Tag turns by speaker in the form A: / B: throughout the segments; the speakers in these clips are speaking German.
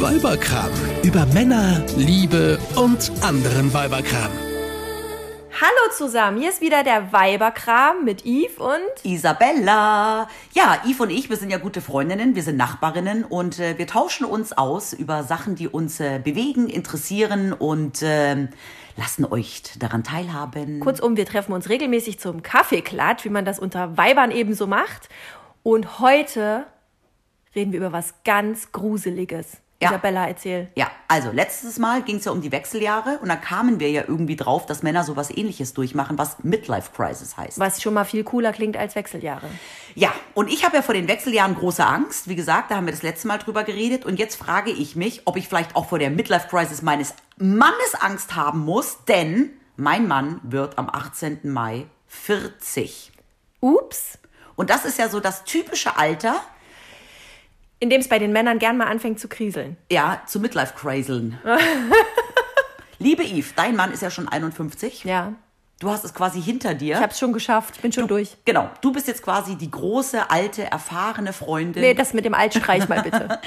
A: Weiberkram. Über Männer, Liebe und anderen Weiberkram.
B: Hallo zusammen, hier ist wieder der Weiberkram mit Yves und
C: Isabella. Ja, Yves und ich, wir sind ja gute Freundinnen, wir sind Nachbarinnen und äh, wir tauschen uns aus über Sachen, die uns äh, bewegen, interessieren und ähm, lassen euch daran teilhaben.
B: kurzum, wir treffen uns regelmäßig zum Kaffeeklatsch, wie man das unter Weibern eben so macht. Und heute reden wir über was ganz Gruseliges.
C: Ja.
B: Isabella, erzähl.
C: Ja, also letztes Mal ging es ja um die Wechseljahre und da kamen wir ja irgendwie drauf, dass Männer sowas ähnliches durchmachen, was Midlife Crisis heißt.
B: Was schon mal viel cooler klingt als Wechseljahre.
C: Ja, und ich habe ja vor den Wechseljahren große Angst. Wie gesagt, da haben wir das letzte Mal drüber geredet. Und jetzt frage ich mich, ob ich vielleicht auch vor der Midlife-Crisis meines Mannes Angst haben muss, denn mein Mann wird am 18. Mai 40.
B: Ups.
C: Und das ist ja so das typische Alter,
B: Indem es bei den Männern gern mal anfängt zu kriseln.
C: ja, zu Midlife-Criseln. Liebe Yves, dein Mann ist ja schon 51.
B: Ja.
C: Du hast es quasi hinter dir.
B: Ich hab's schon geschafft, bin schon durch.
C: genau, du bist jetzt quasi die große, alte, erfahrene Freundin.
B: Nee, das mit dem Altstreich mal bitte.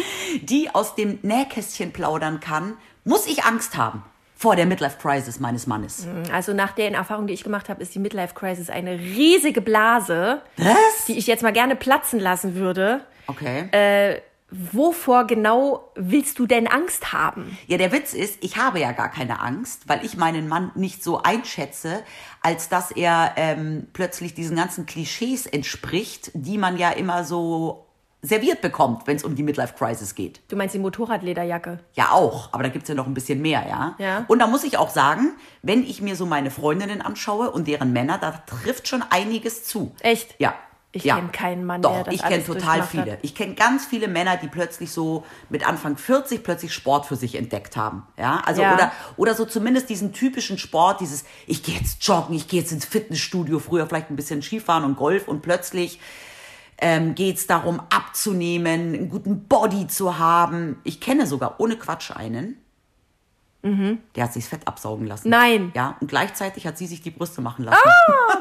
C: die aus dem Nähkästchen plaudern kann, muss ich Angst haben vor der Midlife Crisis meines Mannes.
B: Also nach der Erfahrung, die ich gemacht habe, ist die Midlife Crisis eine riesige Blase,
C: Was?
B: die ich jetzt mal gerne platzen lassen würde.
C: Okay. Äh,
B: Wovor genau willst du denn Angst haben?
C: Ja, der Witz ist, ich habe ja gar keine Angst, weil ich meinen Mann nicht so einschätze, als dass er ähm, plötzlich diesen ganzen Klischees entspricht, die man ja immer so serviert bekommt, wenn es um die Midlife Crisis geht.
B: Du meinst die Motorradlederjacke?
C: Ja, auch. Aber da gibt's ja noch ein bisschen mehr, ja?
B: Ja.
C: Und da muss ich auch sagen, wenn ich mir so meine Freundinnen anschaue und deren Männer, da trifft schon einiges zu.
B: Echt?
C: Ja.
B: Ich
C: ja.
B: kenn keinen Mann,
C: Doch,
B: der das
C: ich kenne
B: alles
C: total
B: durchgemacht
C: viele.
B: hat.
C: Ich kenne ganz viele Männer, die plötzlich so mit Anfang 40 plötzlich Sport für sich entdeckt haben. Ja, also
B: Ja.
C: Oder, oder so zumindest diesen typischen Sport, dieses, ich gehe jetzt joggen, ich gehe jetzt ins Fitnessstudio, früher vielleicht ein bisschen Skifahren und Golf und plötzlich ähm, geht es darum, abzunehmen, einen guten Body zu haben. Ich kenne sogar ohne Quatsch einen. Der hat sich das Fett absaugen lassen.
B: Mhm. Nein. Ah!
C: Ja, und gleichzeitig hat sie sich die Brüste machen lassen.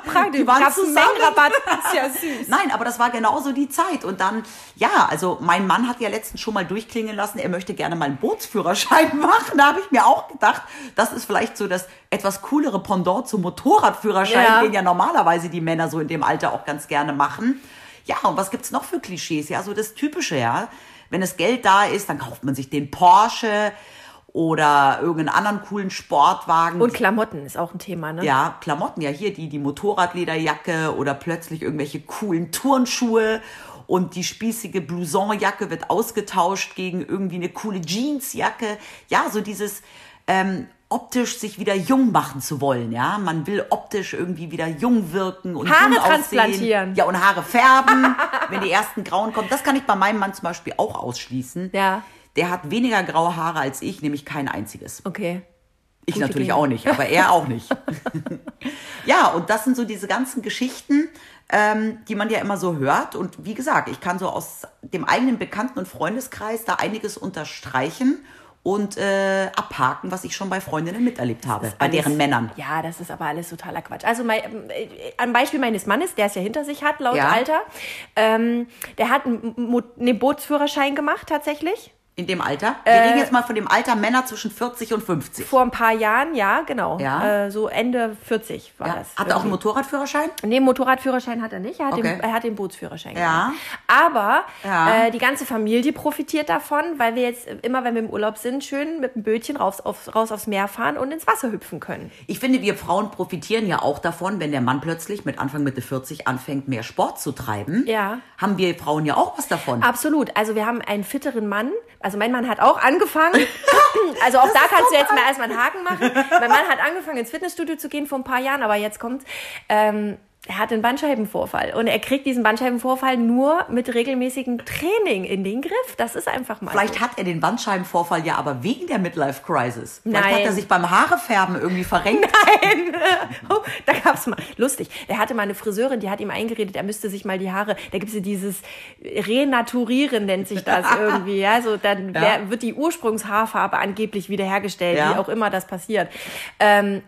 B: Praktisch.
C: Die waren
B: Gab's einen
C: zusammen.
B: Mengenrabatt. Ist ja süß.
C: Nein, aber das war genauso die Zeit. Und dann, ja, also mein Mann hat ja letztens schon mal durchklingen lassen, er möchte gerne mal einen Bootsführerschein machen. Da habe ich mir auch gedacht, das ist vielleicht so das etwas coolere Pendant zum Motorradführerschein,
B: Ja.
C: den ja normalerweise die Männer so in dem Alter auch ganz gerne machen. Ja, und was gibt's noch für Klischees? Ja, so das Typische, ja. Wenn das Geld da ist, dann kauft man sich den Porsche oder irgendeinen anderen coolen Sportwagen.
B: Und Klamotten ist auch ein Thema, ne?
C: Ja, Klamotten, ja hier die, die Motorradlederjacke oder plötzlich irgendwelche coolen Turnschuhe und die spießige Blousonjacke wird ausgetauscht gegen irgendwie eine coole Jeansjacke. Ja, so dieses ähm, optisch sich wieder jung machen zu wollen, ja. Man will optisch irgendwie wieder jung wirken und
B: Haare
C: jung aussehen.
B: transplantieren.
C: Ja, und Haare färben, wenn die ersten Grauen kommen. Das kann ich bei meinem Mann zum Beispiel auch ausschließen.
B: Ja.
C: Der hat weniger graue Haare als ich, nämlich kein einziges.
B: Okay.
C: Ich
B: Gute
C: natürlich
B: Gene.
C: auch nicht, aber er auch nicht. ja, und das sind so diese ganzen Geschichten, ähm, die man ja immer so hört. Und wie gesagt, ich kann so aus dem eigenen Bekannten- und Freundeskreis da einiges unterstreichen und äh, abhaken, was ich schon bei Freundinnen miterlebt habe, bei
B: alles-
C: deren Männern.
B: Ja, das ist aber alles totaler Quatsch. Also mein, äh, am Beispiel meines Mannes, der es ja hinter sich hat, laut
C: Ja.
B: Alter, ähm, der hat einen, Mo- einen Bootsführerschein gemacht tatsächlich.
C: In dem Alter. Wir reden jetzt mal von dem Alter Männer zwischen 40 und 50.
B: Äh, Vor ein paar Jahren, ja, genau.
C: Ja.
B: Äh, so Ende 40 war
C: Ja.
B: das.
C: Hat er auch
B: irgendwie.
C: einen Motorradführerschein?
B: Nee, Motorradführerschein hat er nicht. Er hat,
C: Okay.
B: den, er hat den Bootsführerschein.
C: Ja.
B: gemacht. Aber
C: Ja.
B: Äh, die ganze Familie profitiert davon, weil wir jetzt äh, immer, wenn wir im Urlaub sind, schön mit dem Bötchen raus, auf, raus aufs Meer fahren und ins Wasser hüpfen können.
C: Ich finde, wir Frauen profitieren ja auch davon, wenn der Mann plötzlich mit Anfang Mitte 40 anfängt, mehr Sport zu treiben.
B: Ja.
C: Haben wir Frauen ja auch was davon.
B: Absolut. Also wir haben einen fitteren Mann. Also mein Mann hat auch angefangen. also auch da kannst du jetzt mal erstmal einen Haken machen. Mein Mann hat angefangen ins Fitnessstudio zu gehen vor ein paar Jahren, aber jetzt kommt, ähm, er hat einen Bandscheibenvorfall und er kriegt diesen Bandscheibenvorfall nur mit regelmäßigem Training in den Griff. Das ist einfach mal. so.
C: Vielleicht hat er den Bandscheibenvorfall ja aber wegen der Midlife Crisis. Vielleicht
B: Nein.
C: hat er sich beim Haarefärben irgendwie verrenkt.
B: Oh, da gab's mal. Lustig. Er hatte mal eine Friseurin, die hat ihm eingeredet, er müsste sich mal die Haare, da gibt's ja dieses Renaturieren, nennt sich das irgendwie. Ja, so dann wer- wird die Ursprungshaarfarbe angeblich wiederhergestellt,
C: Ja.
B: wie auch immer das passiert. Ähm,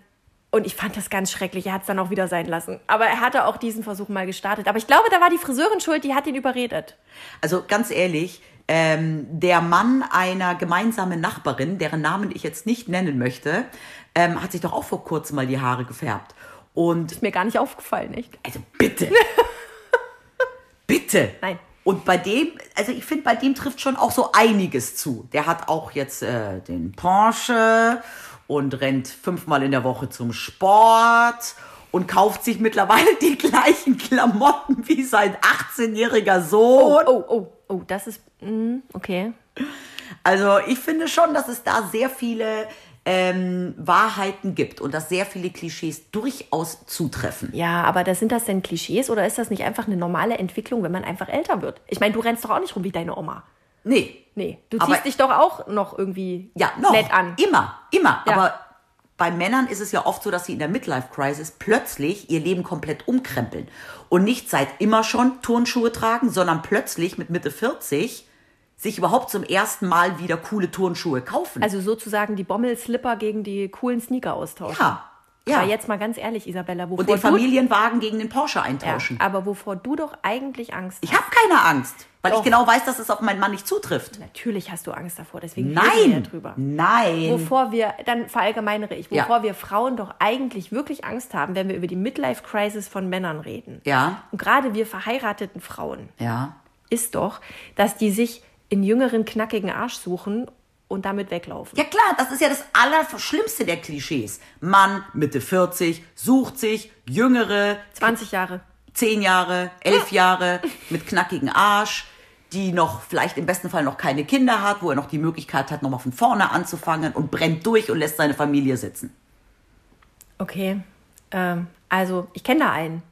B: und ich fand das ganz schrecklich. Er hat's dann auch wieder sein lassen. Aber er hatte auch diesen Versuch mal gestartet. Aber ich glaube, da war die Friseurin schuld, die hat ihn überredet.
C: Also ganz ehrlich, ähm, der Mann einer gemeinsamen Nachbarin, deren Namen ich jetzt nicht nennen möchte, ähm, hat sich doch auch vor kurzem mal die Haare gefärbt. Und
B: Ist mir gar nicht aufgefallen, echt.
C: also bitte. bitte.
B: Nein.
C: Und bei dem, also ich finde, bei dem trifft schon auch so einiges zu. Der hat auch jetzt äh, den Porsche und rennt fünfmal in der Woche zum Sport und kauft sich mittlerweile die gleichen Klamotten wie sein 18-jähriger Sohn.
B: Oh, oh, oh, das ist. mm, okay.
C: Also ich finde schon, dass es da sehr viele ähm, Wahrheiten gibt und dass sehr viele Klischees durchaus zutreffen.
B: Ja, aber das, sind das denn Klischees oder ist das nicht einfach eine normale Entwicklung, wenn man einfach älter wird? Ich meine, du rennst doch auch nicht rum wie deine Oma.
C: Nee,
B: Nee, du
C: Aber-
B: ziehst dich doch auch noch irgendwie
C: ja, noch.
B: nett an.
C: Immer, immer.
B: Ja.
C: Aber bei Männern ist es ja oft so, dass sie in der Midlife-Crisis plötzlich ihr Leben komplett umkrempeln. Und nicht seit immer schon Turnschuhe tragen, sondern plötzlich mit Mitte 40 sich überhaupt zum ersten Mal wieder coole Turnschuhe kaufen.
B: Also sozusagen die Bommel-Slipper gegen die coolen Sneaker austauschen.
C: ja, ja.
B: Aber jetzt mal ganz ehrlich, Isabella, wovor
C: Und den
B: du,
C: Familienwagen gegen den Porsche
B: ja,
C: eintauschen.
B: aber wovor du doch eigentlich Angst
C: Ich
B: hast.
C: habe keine Angst, weil
B: Doch.
C: ich genau weiß, dass es auf meinen Mann nicht zutrifft.
B: Natürlich hast du Angst davor, deswegen reden wir
C: Nein,
B: drüber.
C: nein.
B: Wovor wir, dann verallgemeinere ich,
C: Ja.
B: wovor wir Frauen doch eigentlich wirklich Angst haben, wenn wir über die Midlife-Crisis von Männern reden.
C: Ja.
B: Und gerade wir verheirateten Frauen
C: Ja,
B: ist doch, dass die sich in jüngeren, knackigen Arsch suchen und damit weglaufen.
C: ja klar, das ist ja das Allerschlimmste der Klischees. Mann Mitte 40 sucht sich jüngere
B: 20 Jahre.
C: 10 Jahre, 11 Jahre mit knackigen Arsch, die noch vielleicht im besten Fall noch keine Kinder hat, wo er noch die Möglichkeit hat, nochmal von vorne anzufangen und brennt durch und lässt seine Familie sitzen.
B: Okay. Ähm, also, ich kenne da einen.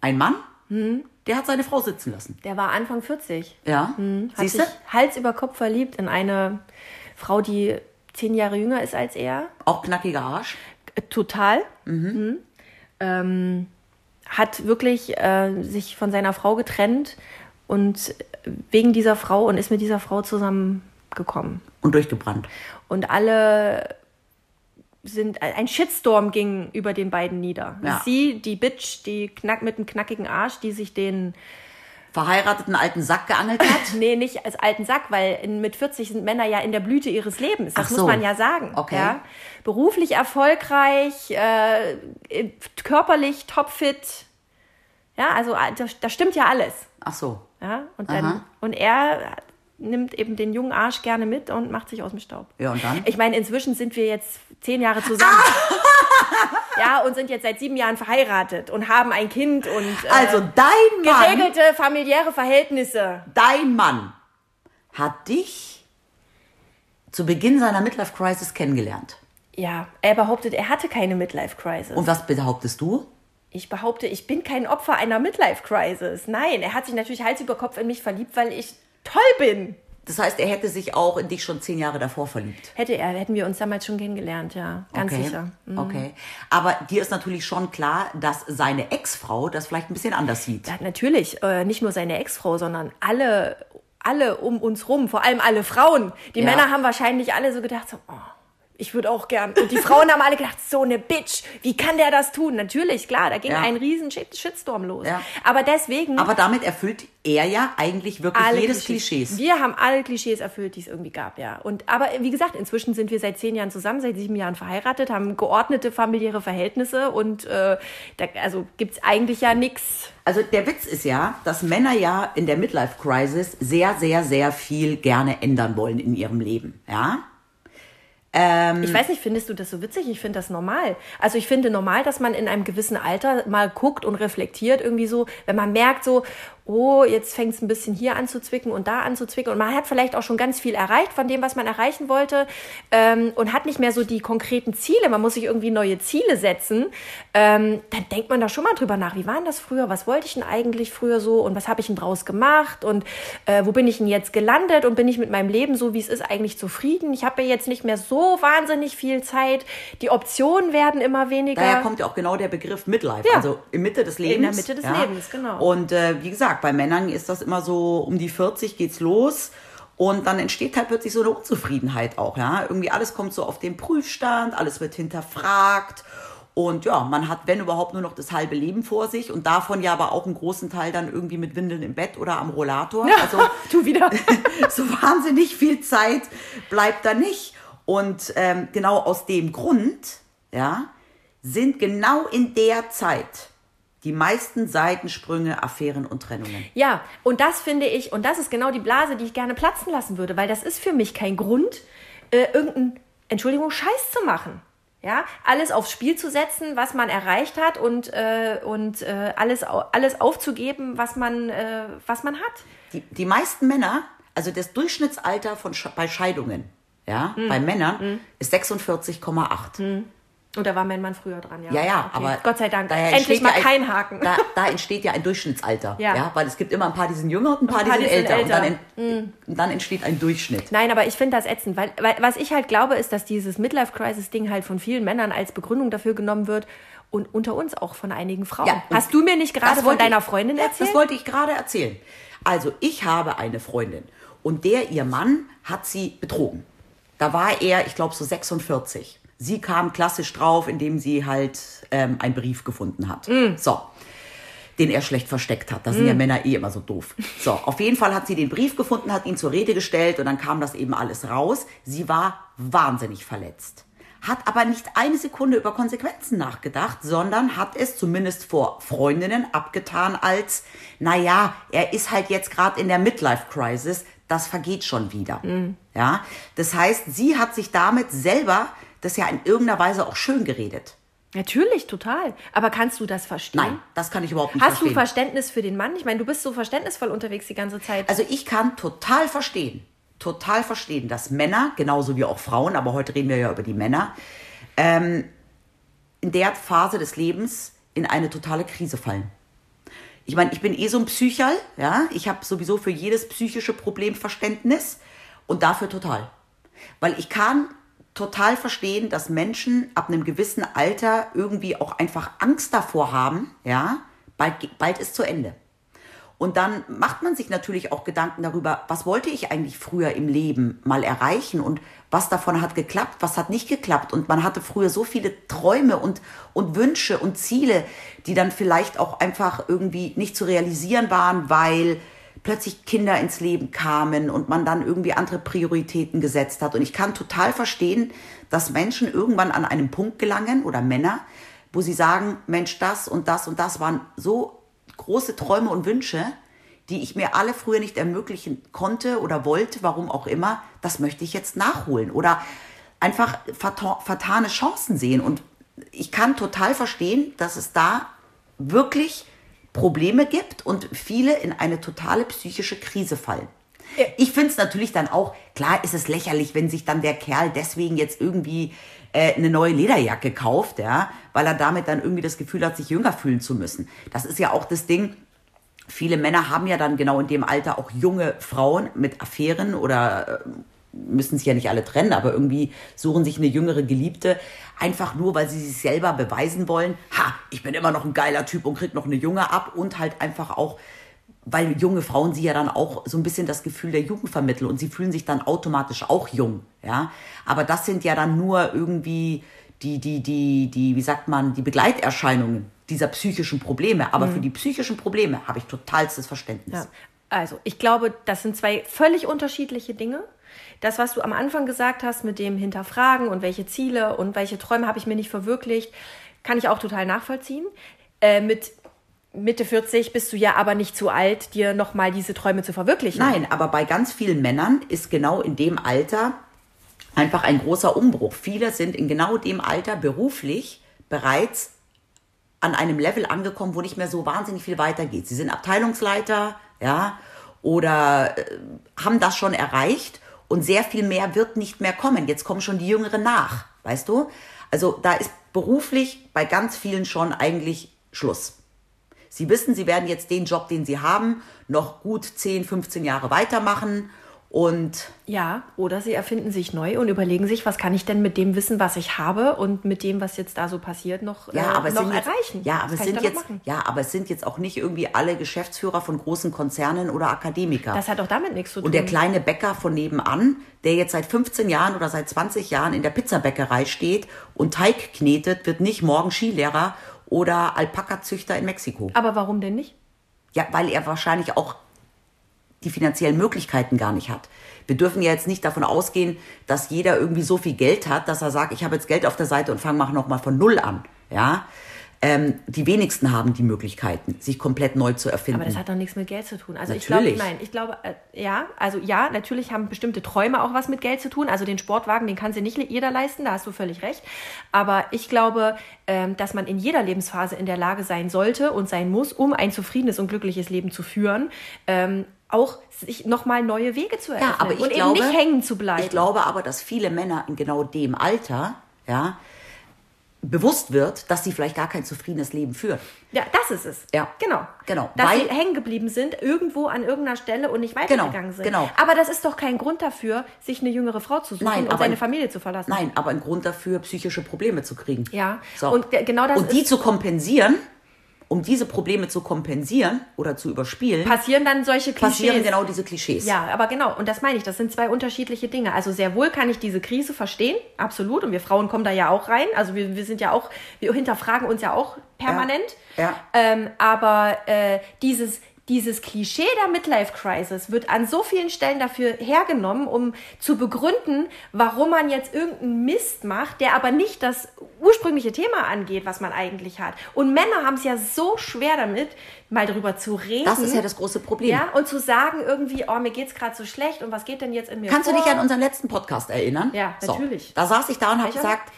C: Ein Mann,
B: Hm.
C: der hat seine Frau sitzen lassen.
B: Der war Anfang 40.
C: Ja,
B: Hm, Hat
C: siehst du?
B: sich Hals über Kopf verliebt in eine Frau, die zehn Jahre jünger ist als er.
C: Auch knackiger Arsch.
B: Äh, Total. Mhm. Ähm, hat wirklich äh, sich von seiner Frau getrennt und wegen dieser Frau und ist mit dieser Frau zusammengekommen.
C: Und durchgebrannt.
B: Und alle sind, ein Shitstorm ging über den beiden nieder.
C: Ja.
B: Sie, die Bitch, die knack, mit dem knackigen Arsch, die sich den
C: Verheirateten alten Sack geangelt hat.
B: Nee, nicht als alten Sack, weil in, mit 40 sind Männer ja in der Blüte ihres Lebens. Das
C: Ach
B: muss
C: so.
B: man ja sagen.
C: Okay.
B: Ja? Beruflich erfolgreich, äh, äh, körperlich topfit. Ja, also äh, da, da stimmt ja alles.
C: Ach so.
B: Ja? Und, dann,
C: Aha.
B: und er nimmt eben den jungen Arsch gerne mit und macht sich aus dem Staub.
C: Ja, und dann?
B: Ich meine, inzwischen sind wir jetzt zehn Jahre zusammen.
C: Ah!
B: Ja, und sind jetzt seit sieben Jahren verheiratet und haben ein Kind und äh,
C: Also dein Mann,
B: geregelte familiäre Verhältnisse.
C: dein Mann hat dich zu Beginn seiner Midlife Crisis kennengelernt.
B: Ja, er behauptet, er hatte keine Midlife-Crisis.
C: Und was behauptest du?
B: Ich behaupte, ich bin kein Opfer einer Midlife-Crisis. Nein, er hat sich natürlich Hals über Kopf in mich verliebt, weil ich toll bin.
C: Das heißt, er hätte sich auch in dich schon zehn Jahre davor verliebt.
B: Hätte er, hätten wir uns damals schon kennengelernt, ja. Ganz
C: okay.
B: sicher. Mhm.
C: Okay. Aber dir ist natürlich schon klar, dass seine Ex-Frau das vielleicht ein bisschen anders sieht.
B: Ja, natürlich, äh, nicht nur seine Ex-Frau, sondern alle, alle um uns rum, vor allem alle Frauen. Die
C: Ja.
B: Männer haben wahrscheinlich alle so gedacht, so, oh, ich würde auch gern. Und die Frauen haben alle gedacht, so eine Bitch, wie kann der das tun? Natürlich, klar, da ging
C: Ja.
B: ein riesen Shit- Shitstorm los.
C: Ja.
B: Aber deswegen...
C: Aber damit erfüllt er ja eigentlich wirklich
B: alle
C: jedes Klischees.
B: Wir haben alle Klischees erfüllt, die es irgendwie gab, ja. Und aber wie gesagt, inzwischen sind wir seit zehn Jahren zusammen, seit sieben Jahren verheiratet, haben geordnete familiäre Verhältnisse und äh, da, also gibt's eigentlich ja nichts.
C: Also der Witz ist ja, dass Männer ja in der Midlife Crisis sehr, sehr, sehr viel gerne ändern wollen in ihrem Leben. Ja?
B: Ich weiß nicht, findest du das so witzig? Ich finde das normal. Also ich finde normal, dass man in einem gewissen Alter mal guckt und reflektiert irgendwie so, wenn man merkt so, oh, jetzt fängt es ein bisschen hier an zu zwicken und da an zu zwicken und man hat vielleicht auch schon ganz viel erreicht von dem, was man erreichen wollte ähm, und hat nicht mehr so die konkreten Ziele. Man muss sich irgendwie neue Ziele setzen. Ähm, dann denkt man da schon mal drüber nach, wie war denn das früher? Was wollte ich denn eigentlich früher so und was habe ich denn draus gemacht und äh, wo bin ich denn jetzt gelandet und bin ich mit meinem Leben so, wie es ist, eigentlich zufrieden? Ich habe ja jetzt nicht mehr so wahnsinnig viel Zeit. Die Optionen werden immer weniger.
C: Daher kommt ja auch genau der Begriff Midlife,
B: Ja.
C: also in Mitte des Lebens.
B: der Mitte des Lebens, genau.
C: Und äh, wie gesagt, bei Männern ist das immer so, um die 40 geht's los. Und dann entsteht halt plötzlich so eine Unzufriedenheit auch, ja. Irgendwie alles kommt so auf den Prüfstand, alles wird hinterfragt. Und ja, man hat, wenn überhaupt, nur noch das halbe Leben vor sich und davon ja aber auch einen großen Teil dann irgendwie mit Windeln im Bett oder am Rollator. Also
B: du wieder.
C: so wahnsinnig viel Zeit bleibt da nicht. Und ähm, genau aus dem Grund, ja, sind genau in der Zeit die meisten Seitensprünge, Affären und Trennungen.
B: Ja, und das finde ich, und das ist genau die Blase, die ich gerne platzen lassen würde, weil das ist für mich kein Grund, äh, irgendeinen, Entschuldigung, Scheiß zu machen. Ja, alles aufs Spiel zu setzen, was man erreicht hat und, äh, und äh, alles, au- alles aufzugeben, was man, äh, was man hat.
C: Die, die meisten Männer, also das Durchschnittsalter von Sch bei Scheidungen, ja,
B: Hm.
C: bei Männern ist 46,8.
B: Und da war mein Mann früher dran, ja.
C: Ja, ja,
B: Hm. Okay.
C: aber
B: Gott sei Dank.
C: daher
B: Endlich
C: entsteht
B: mal
C: ja ein-
B: kein Haken.
C: Da, da entsteht ja ein Durchschnittsalter, ja.
B: Ja.
C: weil es gibt immer ein paar, die sind jünger und ein paar, die sind älter. Und dann, ent-
B: Hm.
C: und dann entsteht ein Durchschnitt.
B: Nein, aber ich finde das ätzend, weil, weil was ich halt glaube, ist, dass dieses Midlife-Crisis-Ding halt von vielen Männern als Begründung dafür genommen wird und unter uns auch von einigen Frauen.
C: Ja, und
B: Hast du mir nicht gerade
C: das
B: von
C: wollte
B: deiner
C: ich-
B: Freundin erzählt?
C: Das wollte ich gerade erzählen. Also ich habe eine Freundin und der ihr Mann hat sie betrogen. Da war er, ich glaube, so 46. Sie kam klassisch drauf, indem sie halt ähm, einen Brief gefunden hat.
B: Mm.
C: So den er schlecht versteckt hat. Da sind ja Männer eh immer so doof. So, auf jeden Fall hat sie den Brief gefunden, hat ihn zur Rede gestellt und dann kam das eben alles raus. Sie war wahnsinnig verletzt. Hat aber nicht eine Sekunde über Konsequenzen nachgedacht, sondern hat es zumindest vor Freundinnen abgetan als, na ja, er ist halt jetzt gerade in der Midlife-Crisis, das vergeht schon wieder.
B: Mm.
C: Ja, das heißt, sie hat sich damit selber das ja in irgendeiner Weise auch schön geredet.
B: Natürlich, total. Aber kannst du das verstehen?
C: Nein, das kann ich überhaupt nicht
B: Mm. Hast
C: verstehen.
B: du Verständnis für den Mann? Ich meine, du bist so verständnisvoll unterwegs die ganze Zeit.
C: Also ich kann total verstehen, total verstehen, dass Männer, genauso wie auch Frauen, aber heute reden wir ja über die Männer, ähm, in der Phase des Lebens in eine totale Krise fallen. Ich meine, ich bin eh so ein Psychal, ja. Ich habe sowieso für jedes psychische Problem Verständnis und dafür total. Weil ich kann total verstehen, dass Menschen ab einem gewissen Alter irgendwie auch einfach Angst davor haben, ja, bald, ge- bald ist zu Ende. Und dann macht man sich natürlich auch Gedanken darüber, was wollte ich eigentlich früher im Leben mal erreichen und was davon hat geklappt, was hat nicht geklappt. Und man hatte früher so viele Träume und, und Wünsche und Ziele, die dann vielleicht auch einfach irgendwie nicht zu realisieren waren, weil plötzlich Kinder ins Leben kamen und man dann irgendwie andere Prioritäten gesetzt hat. Und ich kann total verstehen, dass Menschen irgendwann an einen Punkt gelangen oder Männer, wo sie sagen, Mensch, das und das und das waren so große Träume und Wünsche, die ich mir alle früher nicht ermöglichen konnte oder wollte, warum auch immer, das möchte ich jetzt nachholen oder einfach verta- vertane Chancen sehen. Und ich kann total verstehen, dass es da wirklich Probleme gibt und viele in eine totale psychische Krise fallen. Ich finde es natürlich dann auch, klar ist es lächerlich, wenn sich dann der Kerl deswegen jetzt irgendwie äh, eine neue Lederjacke kauft, ja, weil er damit dann irgendwie das Gefühl hat, sich jünger fühlen zu müssen. Das ist ja auch das Ding, viele Männer haben ja dann genau in dem Alter auch junge Frauen mit Affären oder äh, müssen sich ja nicht alle trennen, aber irgendwie suchen sich eine jüngere Geliebte einfach nur, weil sie sich selber beweisen wollen, ha, ich bin immer noch ein geiler Typ und krieg noch eine junge ab und halt einfach auch weil junge Frauen sie ja dann auch so ein bisschen das Gefühl der Jugend vermitteln und sie fühlen sich dann automatisch auch jung, ja. Aber das sind ja dann nur irgendwie die, die, die, die, wie sagt man, die Begleiterscheinungen dieser psychischen Probleme. Aber für die psychischen Probleme habe ich totalstes Verständnis.
B: Ja. Also, ich glaube, das sind zwei völlig unterschiedliche Dinge. Das, was du am Anfang gesagt hast mit dem Hinterfragen und welche Ziele und welche Träume habe ich mir nicht verwirklicht, kann ich auch total nachvollziehen. Äh, mit Mitte 40 bist du ja aber nicht zu alt, dir nochmal diese Träume zu verwirklichen.
C: Nein, aber bei ganz vielen Männern ist genau in dem Alter einfach ein großer Umbruch. Viele sind in genau dem Alter beruflich bereits an einem Level angekommen, wo nicht mehr so wahnsinnig viel weitergeht. Sie sind Abteilungsleiter, ja, oder äh, haben das schon erreicht und sehr viel mehr wird nicht mehr kommen. Jetzt kommen schon die Jüngeren nach, weißt du? Also da ist beruflich bei ganz vielen schon eigentlich Schluss. Sie wissen, sie werden jetzt den Job, den sie haben, noch gut 10, 15 Jahre weitermachen Und
B: Ja, oder sie erfinden sich neu und überlegen sich, was kann ich denn mit dem Wissen, was ich habe und mit dem, was jetzt da so passiert, noch,
C: ja,
B: äh,
C: aber es
B: noch
C: sind jetzt,
B: erreichen.
C: ja, aber
B: Was
C: es
B: kann ich
C: sind
B: da noch
C: jetzt,
B: machen?
C: ja, aber es sind jetzt auch nicht irgendwie alle Geschäftsführer von großen Konzernen oder Akademiker.
B: Das hat auch damit nichts zu tun.
C: Und der kleine Bäcker von nebenan, der jetzt seit 15 Jahren oder seit 20 Jahren in der Pizzabäckerei steht und Teig knetet, wird nicht morgen Skilehrer oder Alpaka-Züchter in Mexiko.
B: aber warum denn nicht?
C: Ja, weil er wahrscheinlich auch die finanziellen Möglichkeiten gar nicht hat. Wir dürfen ja jetzt nicht davon ausgehen, dass jeder irgendwie so viel Geld hat, dass er sagt, ich habe jetzt Geld auf der Seite und fange mach noch mal von Null an. Ja, ähm, die wenigsten haben die Möglichkeiten, sich komplett neu zu erfinden.
B: Aber das hat doch nichts mit Geld zu tun. Also ich
C: Natürlich.
B: glaube, nein, ich glaube, äh, ja, also ja, natürlich haben bestimmte Träume auch was mit Geld zu tun. Also den Sportwagen, den kann sich nicht jeder leisten, da hast du völlig recht. Aber ich glaube, ähm, dass man in jeder Lebensphase in der Lage sein sollte und sein muss, um ein zufriedenes und glückliches Leben zu führen, ähm, auch sich nochmal neue Wege zu eröffnen
C: Ja, aber ich
B: und
C: glaube,
B: eben nicht hängen zu bleiben.
C: Ich glaube aber, dass viele Männer in genau dem Alter, ja, bewusst wird, dass sie vielleicht gar kein zufriedenes Leben führen.
B: Ja, das ist es.
C: Ja.
B: Genau.
C: Genau.
B: Dass
C: Weil-
B: sie hängen geblieben sind, irgendwo an irgendeiner Stelle und nicht weitergegangen sind.
C: genau.
B: Aber das ist doch kein Grund dafür, sich eine jüngere Frau zu suchen
C: Nein,
B: und
C: aber-
B: seine Familie zu verlassen.
C: Nein, aber ein Grund dafür, psychische Probleme zu kriegen.
B: Ja.
C: So.
B: Und ge- genau das
C: Und die
B: ist-
C: zu kompensieren, um diese Probleme zu kompensieren oder zu überspielen,
B: Passieren dann solche Klischees.
C: passieren genau diese Klischees.
B: Ja, aber genau, und das meine ich, das sind zwei unterschiedliche Dinge. Also sehr wohl kann ich diese Krise verstehen, absolut. Und wir Frauen kommen da ja auch rein. Also wir, wir sind ja auch, wir hinterfragen uns ja auch permanent.
C: Ja.
B: Ähm, aber äh, dieses, dieses Klischee der Midlife-Crisis wird an so vielen Stellen dafür hergenommen, um zu begründen, warum man jetzt irgendeinen Mist macht, der aber nicht das ursprüngliche Thema angeht, was man eigentlich hat. Und Männer haben es ja so schwer damit, mal darüber zu reden.
C: Das ist ja das große Problem.
B: Mhm. Ja, und zu sagen irgendwie, oh, mir geht's gerade so schlecht und was geht denn jetzt in mir
C: Kannst
B: vor?
C: du dich an unseren letzten Podcast erinnern?
B: Ja, natürlich.
C: So, da saß ich da und habe
B: Welcher?
C: gesagt,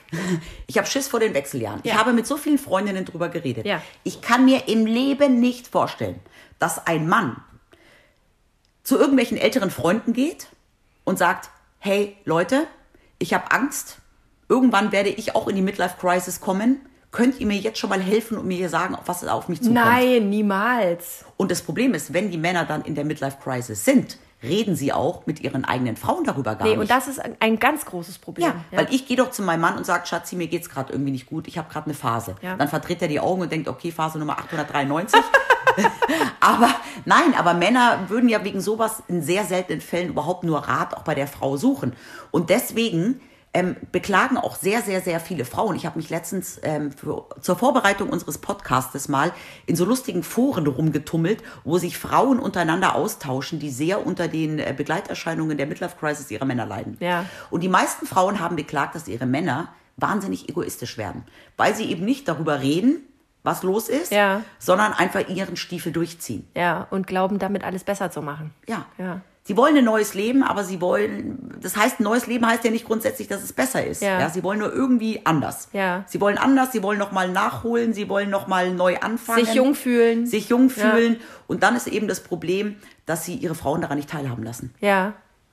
C: ich habe Schiss vor den Wechseljahren.
B: Ja.
C: Ich habe mit so vielen Freundinnen drüber geredet.
B: Ja.
C: Ich kann mir im Leben nicht vorstellen, dass ein Mann zu irgendwelchen älteren Freunden geht und sagt, hey Leute, ich habe Angst, irgendwann werde ich auch in die Midlife-Crisis kommen. Könnt ihr mir jetzt schon mal helfen und mir sagen, was auf mich zukommt?
B: Nein, niemals.
C: Und das Problem ist, wenn die Männer dann in der Midlife-Crisis sind, reden sie auch mit ihren eigenen Frauen darüber gar
B: Nee,
C: nicht.
B: und das ist ein- ein ganz großes Problem.
C: Ja, weil ich gehe doch zu meinem Mann und sage, Schatzi, mir geht's gerade irgendwie nicht gut, ich habe gerade eine Phase.
B: Ja.
C: Dann verdreht er die Augen und denkt, okay, Phase Nummer 893. aber nein, aber Männer würden ja wegen sowas in sehr seltenen Fällen überhaupt nur Rat auch bei der Frau suchen. Und deswegen ähm, beklagen auch sehr, sehr, sehr viele Frauen. Ich habe mich letztens ähm, für, zur Vorbereitung unseres Podcastes mal in so lustigen Foren rumgetummelt, wo sich Frauen untereinander austauschen, die sehr unter den äh, Begleiterscheinungen der Midlife-Crisis ihrer Männer leiden.
B: Ja.
C: Und die meisten Frauen haben beklagt, dass ihre Männer wahnsinnig egoistisch werden, weil sie eben nicht darüber reden, was los ist,
B: Ja.
C: sondern einfach ihren Stiefel durchziehen.
B: ja, und glauben damit alles besser zu machen.
C: Ja.
B: Ja.
C: Sie wollen ein neues Leben, aber sie wollen, das heißt, ein neues Leben heißt ja nicht grundsätzlich, dass es besser ist.
B: Ja.
C: sie wollen nur irgendwie anders.
B: Ja.
C: Sie wollen anders, sie wollen nochmal nachholen, sie wollen nochmal neu anfangen.
B: Sich jung fühlen.
C: Sich jung fühlen. Und dann ist eben das Problem, dass sie ihre Frauen daran nicht teilhaben lassen.
B: Ja.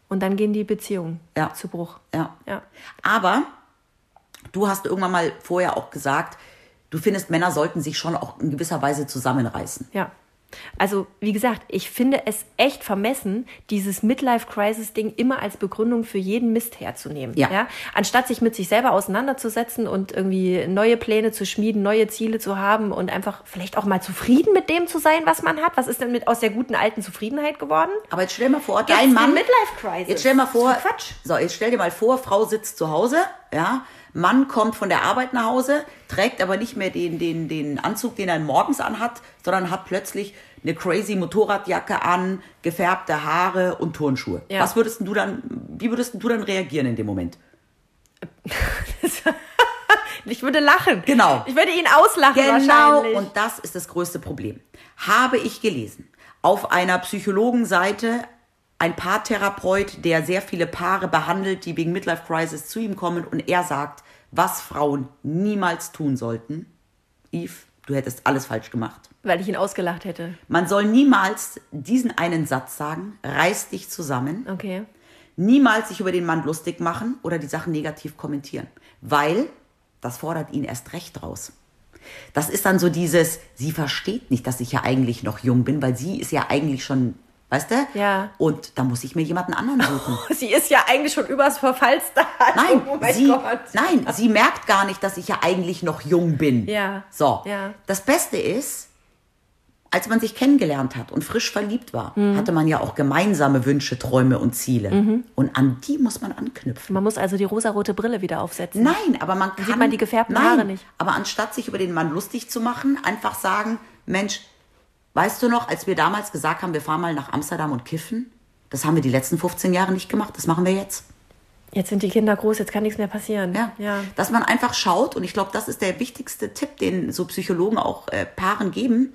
B: Und dann gehen die Beziehungen
C: Ja.
B: zu Bruch.
C: Ja.
B: Ja.
C: Aber du hast irgendwann mal vorher auch gesagt, du findest, Männer sollten sich schon auch in gewisser Weise zusammenreißen.
B: Ja. Also, wie gesagt, ich finde es echt vermessen, dieses Midlife-Crisis-Ding immer als Begründung für jeden Mist herzunehmen.
C: Ja.
B: Anstatt sich mit sich selber auseinanderzusetzen und irgendwie neue Pläne zu schmieden, neue Ziele zu haben und einfach vielleicht auch mal zufrieden mit dem zu sein, was man hat. Was ist denn mit aus der guten alten Zufriedenheit geworden?
C: Aber jetzt stell dir mal vor,
B: Gibt's
C: dein
B: die
C: Mann.
B: Midlife-Crisis?
C: Jetzt stell dir mal vor.
B: Das ist doch Quatsch.
C: So, jetzt stell dir mal vor, Frau sitzt zu Hause, ja. Mann kommt von der Arbeit nach Hause, trägt aber nicht mehr den, den, den Anzug, den er morgens anhat, sondern hat plötzlich eine crazy Motorradjacke an, gefärbte Haare und Turnschuhe.
B: Ja.
C: Was würdest denn du dann, wie würdest denn du dann reagieren in dem Moment?
B: Ich würde lachen.
C: Genau.
B: Ich würde ihn auslachen
C: Genau,
B: wahrscheinlich.
C: und das ist das größte Problem. Habe ich gelesen, auf einer Psychologenseite ein Paartherapeut, der sehr viele Paare behandelt, die wegen Midlife Crisis zu ihm kommen und er sagt, was Frauen niemals tun sollten. Eve, du hättest alles falsch gemacht.
B: Weil ich ihn ausgelacht hätte.
C: Man soll niemals diesen einen Satz sagen, reiß dich zusammen,
B: Okay.
C: niemals sich über den Mann lustig machen oder die Sachen negativ kommentieren, weil das fordert ihn erst recht raus. Das ist dann so dieses, sie versteht nicht, dass ich ja eigentlich noch jung bin, weil sie ist ja eigentlich schon, Weißt du?
B: Ja.
C: Und da muss ich mir jemanden anderen suchen.
B: Sie ist ja eigentlich schon übers Verfallsdatum.
C: Nein,
B: oh mein
C: sie,
B: Gott.
C: nein, sie merkt gar nicht, dass ich ja eigentlich noch jung bin.
B: Ja.
C: So.
B: Ja.
C: Das Beste ist, als man sich kennengelernt hat und frisch verliebt war,
B: Mhm.
C: hatte man ja auch gemeinsame Wünsche, Träume und Ziele. Und an die muss man anknüpfen.
B: Man muss also die rosarote Brille wieder aufsetzen.
C: Nein, aber man kann.
B: man die gefärbten
C: nein,
B: Haare nicht.
C: Aber anstatt sich über den Mann lustig zu machen, einfach sagen: Mensch, weißt du noch, als wir damals gesagt haben, wir fahren mal nach Amsterdam und kiffen? Das haben wir die letzten 15 Jahre nicht gemacht, das machen wir jetzt.
B: Jetzt sind die Kinder groß, jetzt kann nichts mehr passieren.
C: Ja.
B: ja.
C: Dass man einfach schaut, und ich glaube, das ist der wichtigste Tipp, den so Psychologen auch äh, Paaren geben,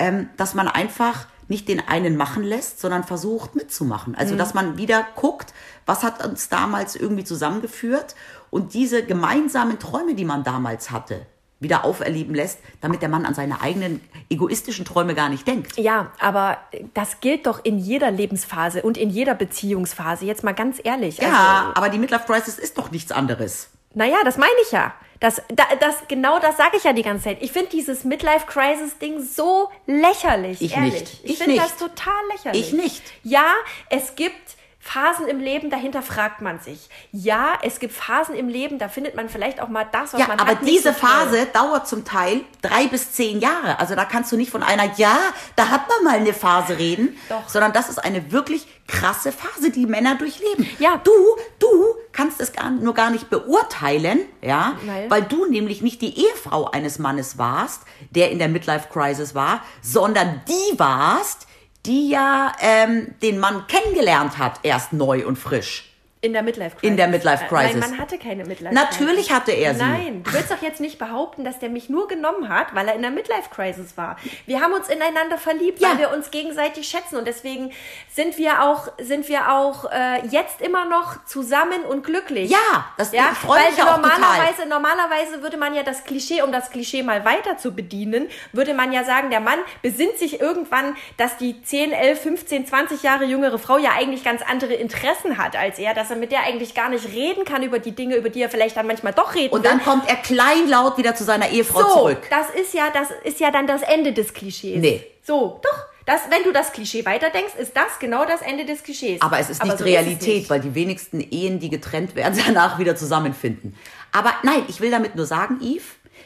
C: ähm, dass man einfach nicht den einen machen lässt, sondern versucht mitzumachen. Also,
B: Mhm.
C: dass man wieder guckt, was hat uns damals irgendwie zusammengeführt und diese gemeinsamen Träume, die man damals hatte, wieder auferleben lässt, damit der Mann an seine eigenen egoistischen Träume gar nicht denkt.
B: Ja, aber das gilt doch in jeder Lebensphase und in jeder Beziehungsphase. Jetzt mal ganz ehrlich.
C: Ja,
B: Also,
C: aber die Midlife Crisis ist doch nichts anderes.
B: naja, das meine ich ja. Das, da, das, genau das sage ich ja die ganze Zeit. Ich finde dieses Midlife-Crisis-Ding so lächerlich.
C: Ich
B: ehrlich.
C: nicht.
B: Ich,
C: Ich
B: finde
C: nicht.
B: das total lächerlich.
C: Ich nicht.
B: Ja, es gibt Phasen im Leben, dahinter fragt man sich. Ja, es gibt Phasen im Leben, da findet man vielleicht auch mal das, was
C: Ja,
B: man
C: aber
B: hat, nicht
C: diese
B: so toll.
C: Phase dauert zum Teil drei bis zehn Jahre. Also da kannst du nicht von einer, ja, da hat man mal eine Phase reden,
B: Doch.
C: sondern das ist eine wirklich krasse Phase, die Männer durchleben.
B: Ja.
C: Du, du kannst es gar, nur gar nicht beurteilen, ja,
B: Weil?
C: weil? du nämlich nicht die Ehefrau eines Mannes warst, der in der Midlife-Crisis war, sondern die warst, die ja ähm, den Mann kennengelernt hat, erst neu und frisch.
B: In der Midlife-Crisis.
C: In der Midlife-Crisis.
B: Nein, man hatte keine Midlife-Crisis.
C: Natürlich hatte er sie.
B: Nein, du willst doch jetzt nicht behaupten, dass der mich nur genommen hat, weil er in der Midlife-Crisis war. Wir haben uns ineinander verliebt, weil
C: Ja.
B: wir uns gegenseitig schätzen. Und deswegen sind wir auch, sind wir auch äh, jetzt immer noch zusammen und glücklich.
C: Ja, das-
B: ja,
C: ich freu
B: weil
C: mich ja auch
B: normalerweise, normalerweise würde man ja das Klischee, um das Klischee mal weiter zu bedienen, würde man ja sagen, der Mann besinnt sich irgendwann, dass die 10, 11, 15, 20 Jahre jüngere Frau ja eigentlich ganz andere Interessen hat als er, dass er mit der eigentlich gar nicht reden kann über die Dinge, über die er vielleicht dann manchmal doch reden
C: Und
B: will.
C: dann kommt er kleinlaut wieder zu seiner Ehefrau
B: So,
C: zurück.
B: das ist ja, das ist ja dann das Ende des Klischees.
C: Nee.
B: So, doch. Das, wenn du das Klischee weiterdenkst, ist das genau das Ende des Klischees.
C: Aber es ist nicht
B: so
C: Realität,
B: es nicht.
C: weil die wenigsten Ehen, die getrennt werden, danach wieder zusammenfinden. Aber nein, ich will damit nur sagen, Yves,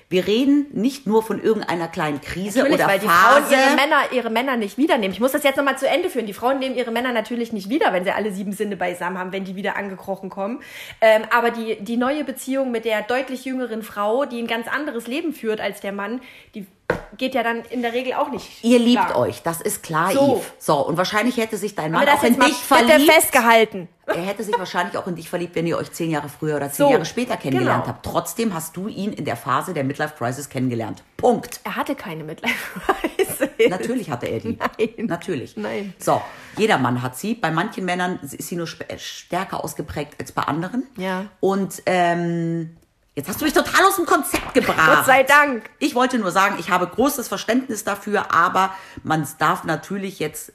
C: wir reden nicht nur von irgendeiner kleinen Krise
B: Natürlich,
C: oder
B: weil die
C: Phase.
B: Frauen ihre Männer, ihre Männer nicht wiedernehmen. Ich muss das jetzt nochmal zu Ende führen. Die Frauen nehmen ihre Männer natürlich nicht wieder, wenn sie alle sieben Sinne beisammen haben, wenn die wieder angekrochen kommen. Ähm, aber die, die neue Beziehung mit der deutlich jüngeren Frau, die ein ganz anderes Leben führt als der Mann, die geht ja dann in der Regel auch nicht.
C: Ihr liebt
B: klar.
C: euch, das ist klar,
B: So.
C: Yves. So, und wahrscheinlich hätte sich dein
B: Haben
C: Mann
B: wir das
C: auch in
B: jetzt mal
C: dich
B: bitte
C: verliebt.
B: festgehalten.
C: Er hätte sich wahrscheinlich auch in dich verliebt, wenn ihr euch zehn Jahre früher oder zehn
B: So,
C: Jahre später kennengelernt
B: genau.
C: habt. Trotzdem hast du ihn in der Phase der Midlife Crisis kennengelernt. Punkt.
B: Er hatte keine Midlife-Crisis.
C: Natürlich hatte er die.
B: Nein.
C: Natürlich.
B: Nein.
C: So, jeder Mann hat sie. Bei manchen Männern ist sie nur sp- äh, stärker ausgeprägt als bei anderen.
B: Ja.
C: Und ähm, jetzt hast du mich total aus dem Konzept gebracht.
B: Gott sei Dank.
C: Ich wollte nur sagen, ich habe großes Verständnis dafür, aber man darf natürlich jetzt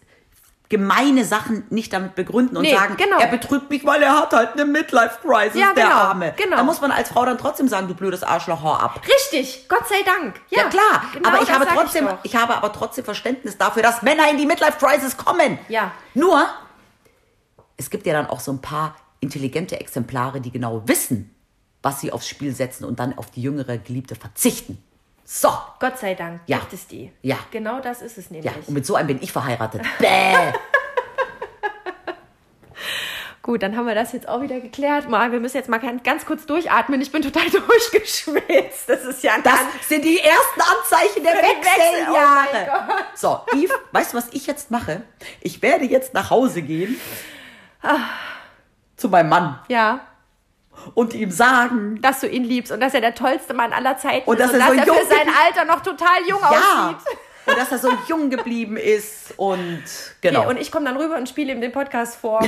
C: gemeine Sachen nicht damit begründen und
B: Nee,
C: sagen,
B: genau.
C: er betrügt mich, weil er hat halt eine Midlife-Crisis,
B: Ja,
C: der
B: genau,
C: Arme.
B: genau.
C: Da muss man als Frau dann trotzdem sagen, du blödes Arschloch, hau ab.
B: Richtig, Gott sei Dank. Ja,
C: Ja, klar,
B: genau
C: aber ich
B: das
C: habe
B: sag
C: trotzdem,
B: doch.
C: ich, habe aber trotzdem Verständnis dafür, dass Männer in die Midlife Crisis kommen.
B: Ja.
C: Nur es gibt ja dann auch so ein paar intelligente Exemplare, die genau wissen, was sie aufs Spiel setzen und dann auf die jüngere Geliebte verzichten. So.
B: Gott sei Dank
C: Ja.
B: gibt es die.
C: Ja.
B: Genau das ist es
C: Ja,
B: nämlich.
C: und mit so einem bin ich verheiratet. Bäh.
B: Gut, dann haben wir das jetzt auch wieder geklärt. Mal, wir müssen jetzt mal ganz- ganz kurz durchatmen. Ich bin total durchgeschwitzt. Das ist ja ein
C: Das
B: An-
C: sind die ersten Anzeichen der
B: die Wechsel- Oh
C: Wechseljahre. so, Yves, weißt du, was ich jetzt mache? Ich werde jetzt nach Hause gehen
B: Ah.
C: zu meinem Mann
B: Ja,
C: und ihm sagen,
B: dass du ihn liebst und dass er der tollste Mann aller Zeiten
C: Und
B: ist
C: dass er so
B: dass er für
C: jung
B: sein Alter noch total jung
C: ja.
B: aussieht.
C: Und dass er so jung geblieben ist und
B: Okay,
C: genau.
B: Und ich komme dann rüber und spiele ihm den Podcast vor.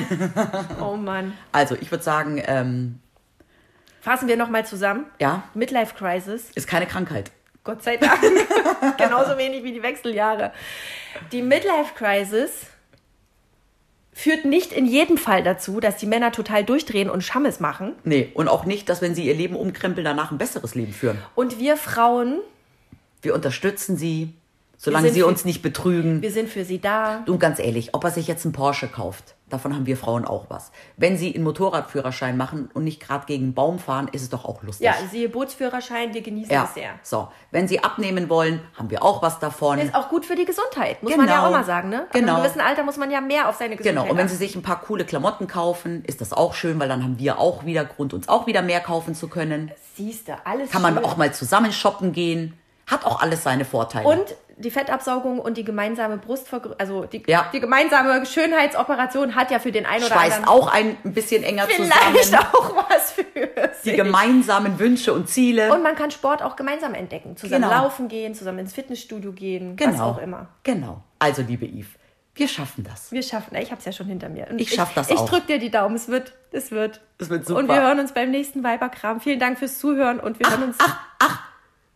B: oh Mann.
C: also ich würde sagen, ähm,
B: Fassen wir nochmal zusammen.
C: ja,
B: Midlife Crisis.
C: ist keine Krankheit.
B: Gott sei Dank. Genauso wenig wie die Wechseljahre. Die Midlife Crisis führt nicht in jedem Fall dazu, dass die Männer total durchdrehen und Schammes machen.
C: Nee, und auch nicht, dass wenn sie ihr Leben umkrempeln, danach ein besseres Leben führen.
B: Und wir Frauen
C: Wir unterstützen sie, solange
B: sind
C: sie
B: für-
C: uns nicht betrügen.
B: Wir sind für sie da.
C: Du, ganz ehrlich, ob er sich jetzt einen Porsche kauft, davon haben wir Frauen auch was. Wenn sie einen Motorradführerschein machen und nicht gerade gegen einen Baum fahren, ist es doch auch lustig.
B: Ja, siehe Bootsführerschein, wir genießen
C: ja.
B: es sehr.
C: So, wenn sie abnehmen wollen, haben wir auch was davon.
B: Ist auch gut für die Gesundheit, muss man ja
C: Genau.
B: auch mal sagen, ne? Ab
C: Genau.
B: einem gewissen Alter muss man ja mehr auf seine Gesundheit
C: Genau, und wenn
B: achten.
C: sie sich ein paar coole Klamotten kaufen, ist das auch schön, weil dann haben wir auch wieder Grund, uns auch wieder mehr kaufen zu können.
B: Siehst du, alles
C: Kann man
B: schön.
C: auch mal zusammen shoppen gehen. Hat auch alles seine Vorteile.
B: Und die Fettabsaugung und die gemeinsame Brustvergrößerung, also die,
C: Ja.
B: die gemeinsame Schönheitsoperation hat ja für den einen oder
C: schweißt
B: anderen
C: auch ein bisschen enger
B: vielleicht
C: zusammen.
B: auch was für
C: Die
B: sich.
C: gemeinsamen Wünsche und Ziele.
B: Und man kann Sport auch gemeinsam entdecken. Zusammen
C: Genau.
B: laufen gehen, zusammen ins Fitnessstudio gehen, was auch immer.
C: Genau. Also, liebe Yves, wir schaffen das.
B: Wir schaffen, ich hab's ja schon hinter mir. Und
C: Ich schaff das
B: ich,
C: auch.
B: Ich drück dir die Daumen, es wird, es wird.
C: Es wird super.
B: Und wir hören uns beim nächsten Weiberkram. Vielen Dank fürs Zuhören und wir hören uns. Ach.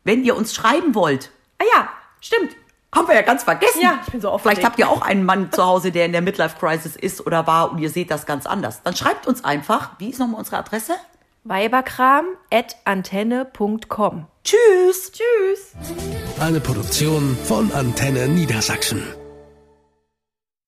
C: Wenn ihr uns schreiben wollt,
B: Ah ja, stimmt.
C: haben wir ja ganz vergessen.
B: Ja, ich bin so aufgeregt.
C: Vielleicht habt ihr auch einen Mann zu Hause, der in der Midlife-Crisis ist oder war und ihr seht das ganz anders. Dann schreibt uns einfach. Wie ist nochmal unsere Adresse?
B: Weiberkram@antenne.com.
C: Tschüss.
B: Tschüss.
A: Eine Produktion von Antenne Niedersachsen.